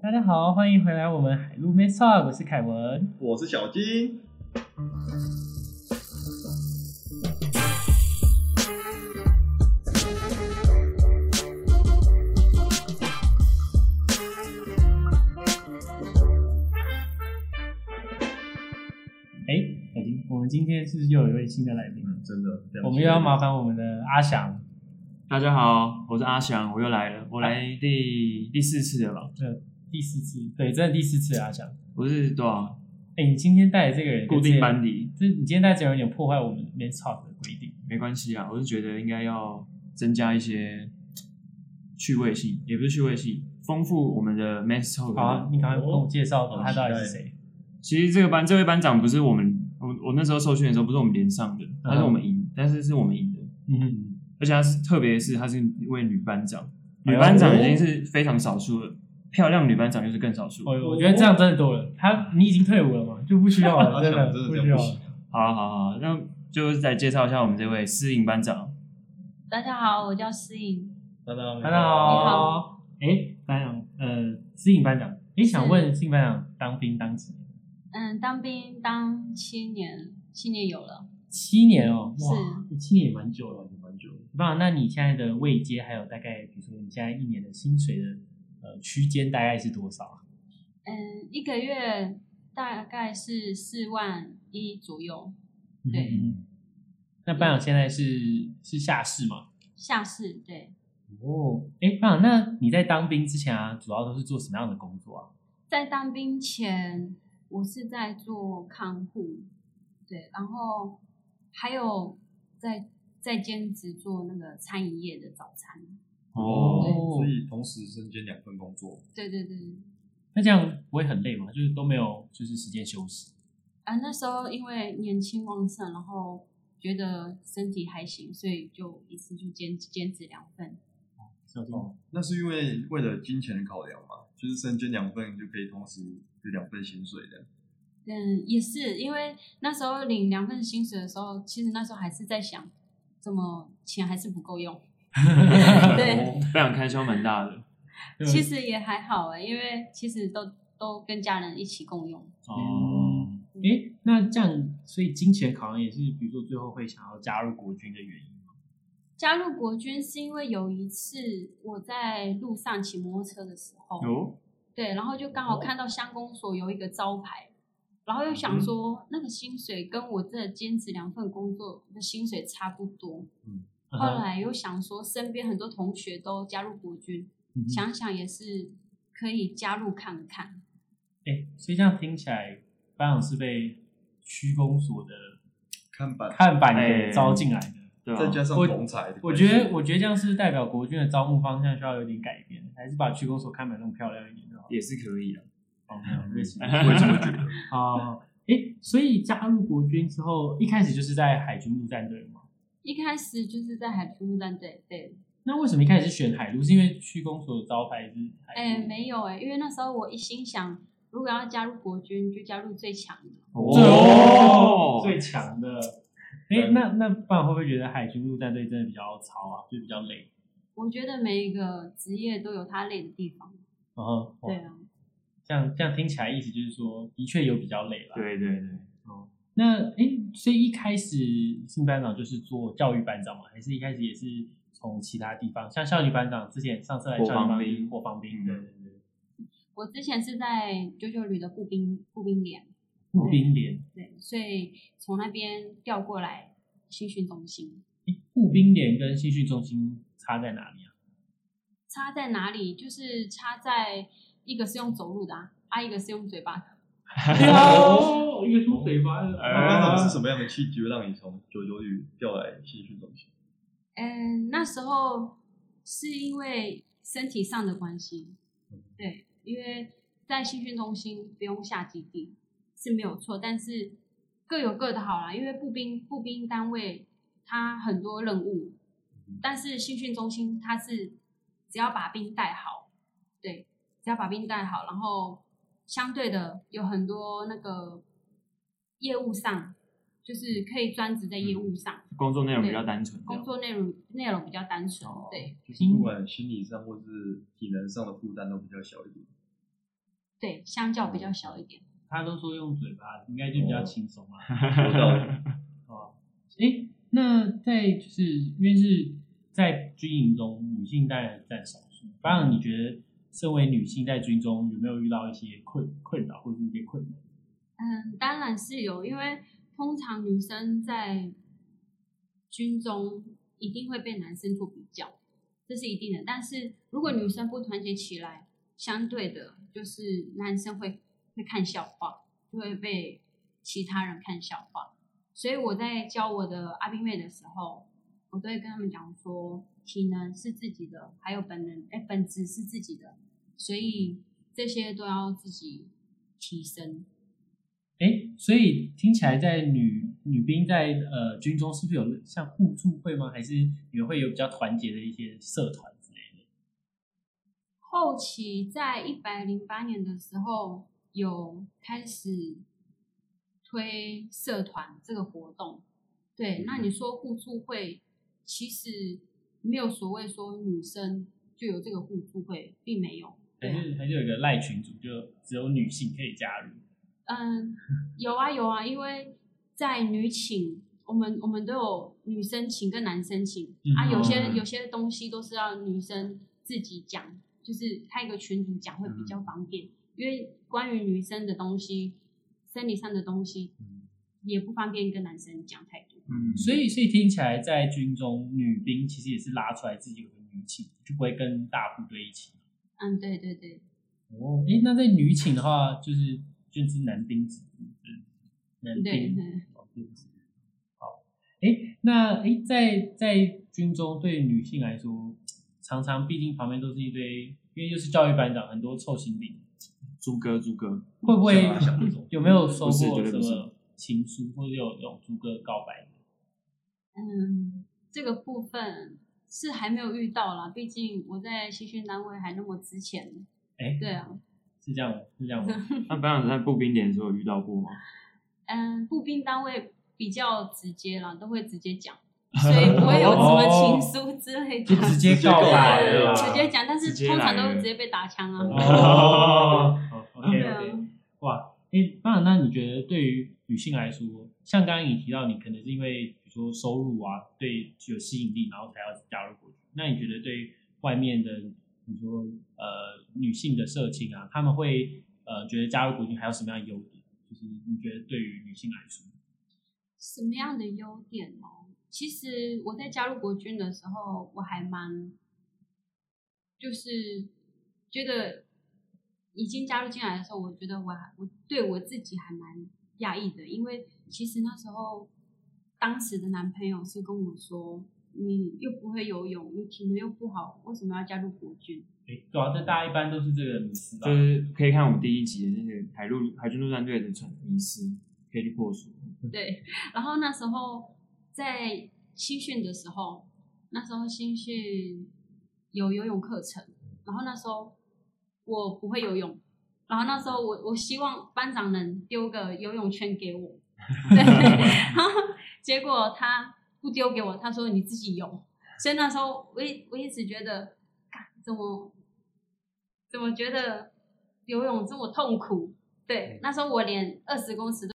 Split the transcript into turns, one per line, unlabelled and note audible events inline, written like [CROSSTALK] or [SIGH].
大家好，欢迎回来我们海陆 Mess Talk，我是凯文。
我是小金。
哎，小金，我们今天是不是又有一位新的来宾？
嗯，真的，
我们又要麻烦我们的阿翔，
大家好，我是阿翔，我又来了，我来第第四次了吧？
这第四次，对，真的第四次了阿翔。
我是多少
哎，你今天带的这个人
固定班，底？
这你今天带这个人有点破坏我们 Mess Talk 的规定。
没关系啊，我是觉得应该要增加一些趣味性，也不是趣味性，丰富我们的 mass talk
好、啊，
的。
你赶快帮我介绍
哦
他到底是
期待
谁？
其实这个班这位班长不是我们，我我那时候受训的时候不是我们连上的，他是我们赢，但是是我们赢的，
嗯，
而且他是特别是他是一位女班长，
哎呦
女班长已经是非常少数了，漂亮女班长又是更少数。
我我觉得这样真的多了。他你已经退伍了嘛，就不需要了，
阿
真
翔
的
真的
不
这
需
样
要
不
了
行。。
好好好，啊那就再介绍一下我们这位私营班长。
大家好，我叫思颖。
大家好，
大家好，哎，班长，呃，司颖班长，哎，想问司颖班长当兵当几年？
嗯，当兵当七年，七年有了。
七年哦，
是
哇，你七年也蛮久了，也蛮久了。那那你现在的位阶还有大概，比如说你现在一年的薪水的呃区间大概是多少啊？
嗯，一个月大概是四万一左右。对
嗯，那班长现在是是下士嘛？
下士对，
哦，哎，班长，那你在当兵之前啊，主要都是做什么样的工作啊？
在当兵前，我是在做看护，对，然后还有在在兼职做那个餐饮业的早餐。
哦，
哦
所以同时身兼两份工作，
对对对，
那这样不会很累吗？就是都没有就是时间休息。
啊，那时候因为年轻旺盛，然后觉得身体还行，所以就一次就兼兼职两份。
小金
那是因为为了金钱的考量嘛，就是身兼两份就可以同时有两份薪水的。
嗯，也是因为那时候领两份薪水的时候，其实那时候还是在想，怎么钱还是不够用。
[LAUGHS]
对，
非常开销蛮大的。
其实也还好啊，因为其实都都跟家人一起共用。
哦，
哎，那这样，所以金钱考量也是，比如说最后会想要加入国军的原因吗？
加入国军是因为有一次我在路上骑摩托车的时候，
有
对，然后就刚好看到乡公所有一个招牌，然后又想说那个薪水跟我这兼职两份工作的薪水差不多，
嗯
后来又想说身边很多同学都加入国军，
嗯哼
想想也是可以加入看看。
哎，所以这样听起来，班长是被区公所的
看板，
看板给招进来的。
对
再
啊，
加上
我
同才的
我
关系，
觉得，我觉得这样是不是代表国军的招募方向需要有点改变，还是把区公所看板弄漂亮一点就
[LAUGHS]
好。
也是可以的。
哦，没有，对不起。
我也这么 [LAUGHS] 觉得。
啊，哎，所以加入国军之后，一开始就是在海军陆战队嘛。
一开始就是在海军陆战队，对，
那为什么一开始是选海陆？是因为区公所的招牌是海
哎，
陆？
没有哎、因为那时候我一心想，如果要加入国军，就加入最强的。
哦
哦，
最强的。哎、
嗯
那那不然会不会觉得海军陆战队真的比较糙啊，就比较累？
我觉得每一个职业都有它累的地方，
然后
对，啊，
嗯这样这样听起来意思就是说，的确有比较累啦。，
对对对，
哦，那哎、诶所以一开始新班长就是做教育班长嘛，还是一开始也是从其他地方，像校级班长之前上次来校
国
级
防
班
兵
火防兵，
嗯
对对对，
我之前是在九九旅的步兵步兵连，
步兵连，
对，所以从那边调过来新训中心。
诶步兵连跟新训中心差在哪里啊？ [LAUGHS]
差在哪里？就是差在一个是用走路的啊，啊一个是用嘴巴的。
哦，一个出嘴巴的，啊
那班长是什么样的契机，让你从九九旅调来新训中心？
嗯，那时候是因为身体上的关系，对，因为在新训中心不用下基地是没有错，但是各有各的好啦。因为步兵步兵单位它很多任务，但是新训中心它是只要把兵带好，对，只要把兵带好，然后相对的有很多那个业务上，就是可以专职在业务上。
工作内容比较单纯。
工作内容内容比较单纯，对，
就是不管心理上或是体能上的负担都比较小一点。
对，相较比较小一点。
他都说用嘴巴，应该就比较轻松啊嘛。
有道理。
[LAUGHS] 哦，哎，那在就是因为是在军营中，女性当然占少数。当然，你觉得身为女性在军中有没有遇到一些困困扰或是一些困难？
嗯，当然是有，因为通常女生在军中一定会被男生做比较，这是一定的。但是如果女生不团结起来，相对的就是男生会会看笑话，就会被其他人看笑话。所以我在教我的阿兵妹的时候，我都会跟他们讲说，体能是自己的，还有本能，哎，本质是自己的，所以这些都要自己提升。
哎，所以听起来在女女兵在呃军中是不是有像互助会吗？还是你们会有比较团结的一些社团之类的？
后期在一百零八年的时候，有开始推社团这个活动。对，那你说互助会，其实没有所谓说女生就有这个互助会，并没有。
还是还是有一个赖群组，就只有女性可以加入。
嗯，有啊有啊，因为在女寝，我们我们都有女生寝跟男生寝、
嗯
啊，有些
哦
有些东西都是要女生自己讲，就是开一个群组讲会比
嗯
较方便，因为关于女生的东西，生理上的东西
嗯
也不方便跟男生讲太多。
嗯，
所以，所以听起来在军中，女兵其实也是拉出来自己有个女寝，就不会跟大部队一起。
嗯，对对对，
哦，诶，那在女寝的话，就是就是男兵制，嗯，男
对
兵
对。
哦对不起好，诶，那诶，在在军中对女性来说，常常毕竟旁边都是一堆，因为又是教育班长，很多臭心病，
猪哥猪哥，
会不会
小孩小孩种
有没有收
啊不是绝
过
对
什
不是
么情书，或者有有种猪哥告白的？
嗯，这个部分是还没有遇到啦，毕竟我在新训单位还那么之前。
哎
对啊，
是这样吗？是这样吗？
那班长在步兵连的时候有遇到过吗？
嗯，步兵单位比较直接啦，都会直接
[LAUGHS]
讲，所以不会有什么情书之类的，
就直接告白了啦，
直接讲，但是
直接
通常
来
都
了
是直接被打枪啊。
哦，OK
对啊，
OK，哇，诶，那那你觉得对于女性来说，像刚刚你提到，你可能是因为比如说收入啊，对有吸引力，然后才要加入过去。那你觉得对外面的，比如说呃女性的社青啊，他们会呃觉得加入国军还有什么样的优点？就是你觉得对于女性来说，
什么样的优点哦？其实我在加入国军的时候，我还蛮，就是觉得已经加入进来的时候，我觉得我还我对我自己还蛮讶异的，因为其实那时候当时的男朋友是跟我说，你又不会游泳，你体能又不好，为什么要加入国军？
诶，对啊，这大家一般都是这个迷思吧
就？是可以看我们第一集的那个海陆海军陆战队的传迷失，可以去破除。
对，然后那时候在新训的时候，那时候新训有游泳课程，然后那时候我不会游泳，然后那时候我我希望班长能丢个游泳圈给我，对，然后结果他不丢给我，他说你自己游，所以那时候我一我一直觉得，干怎么怎么觉得游泳这么痛苦？对，那时候我连二十公尺都。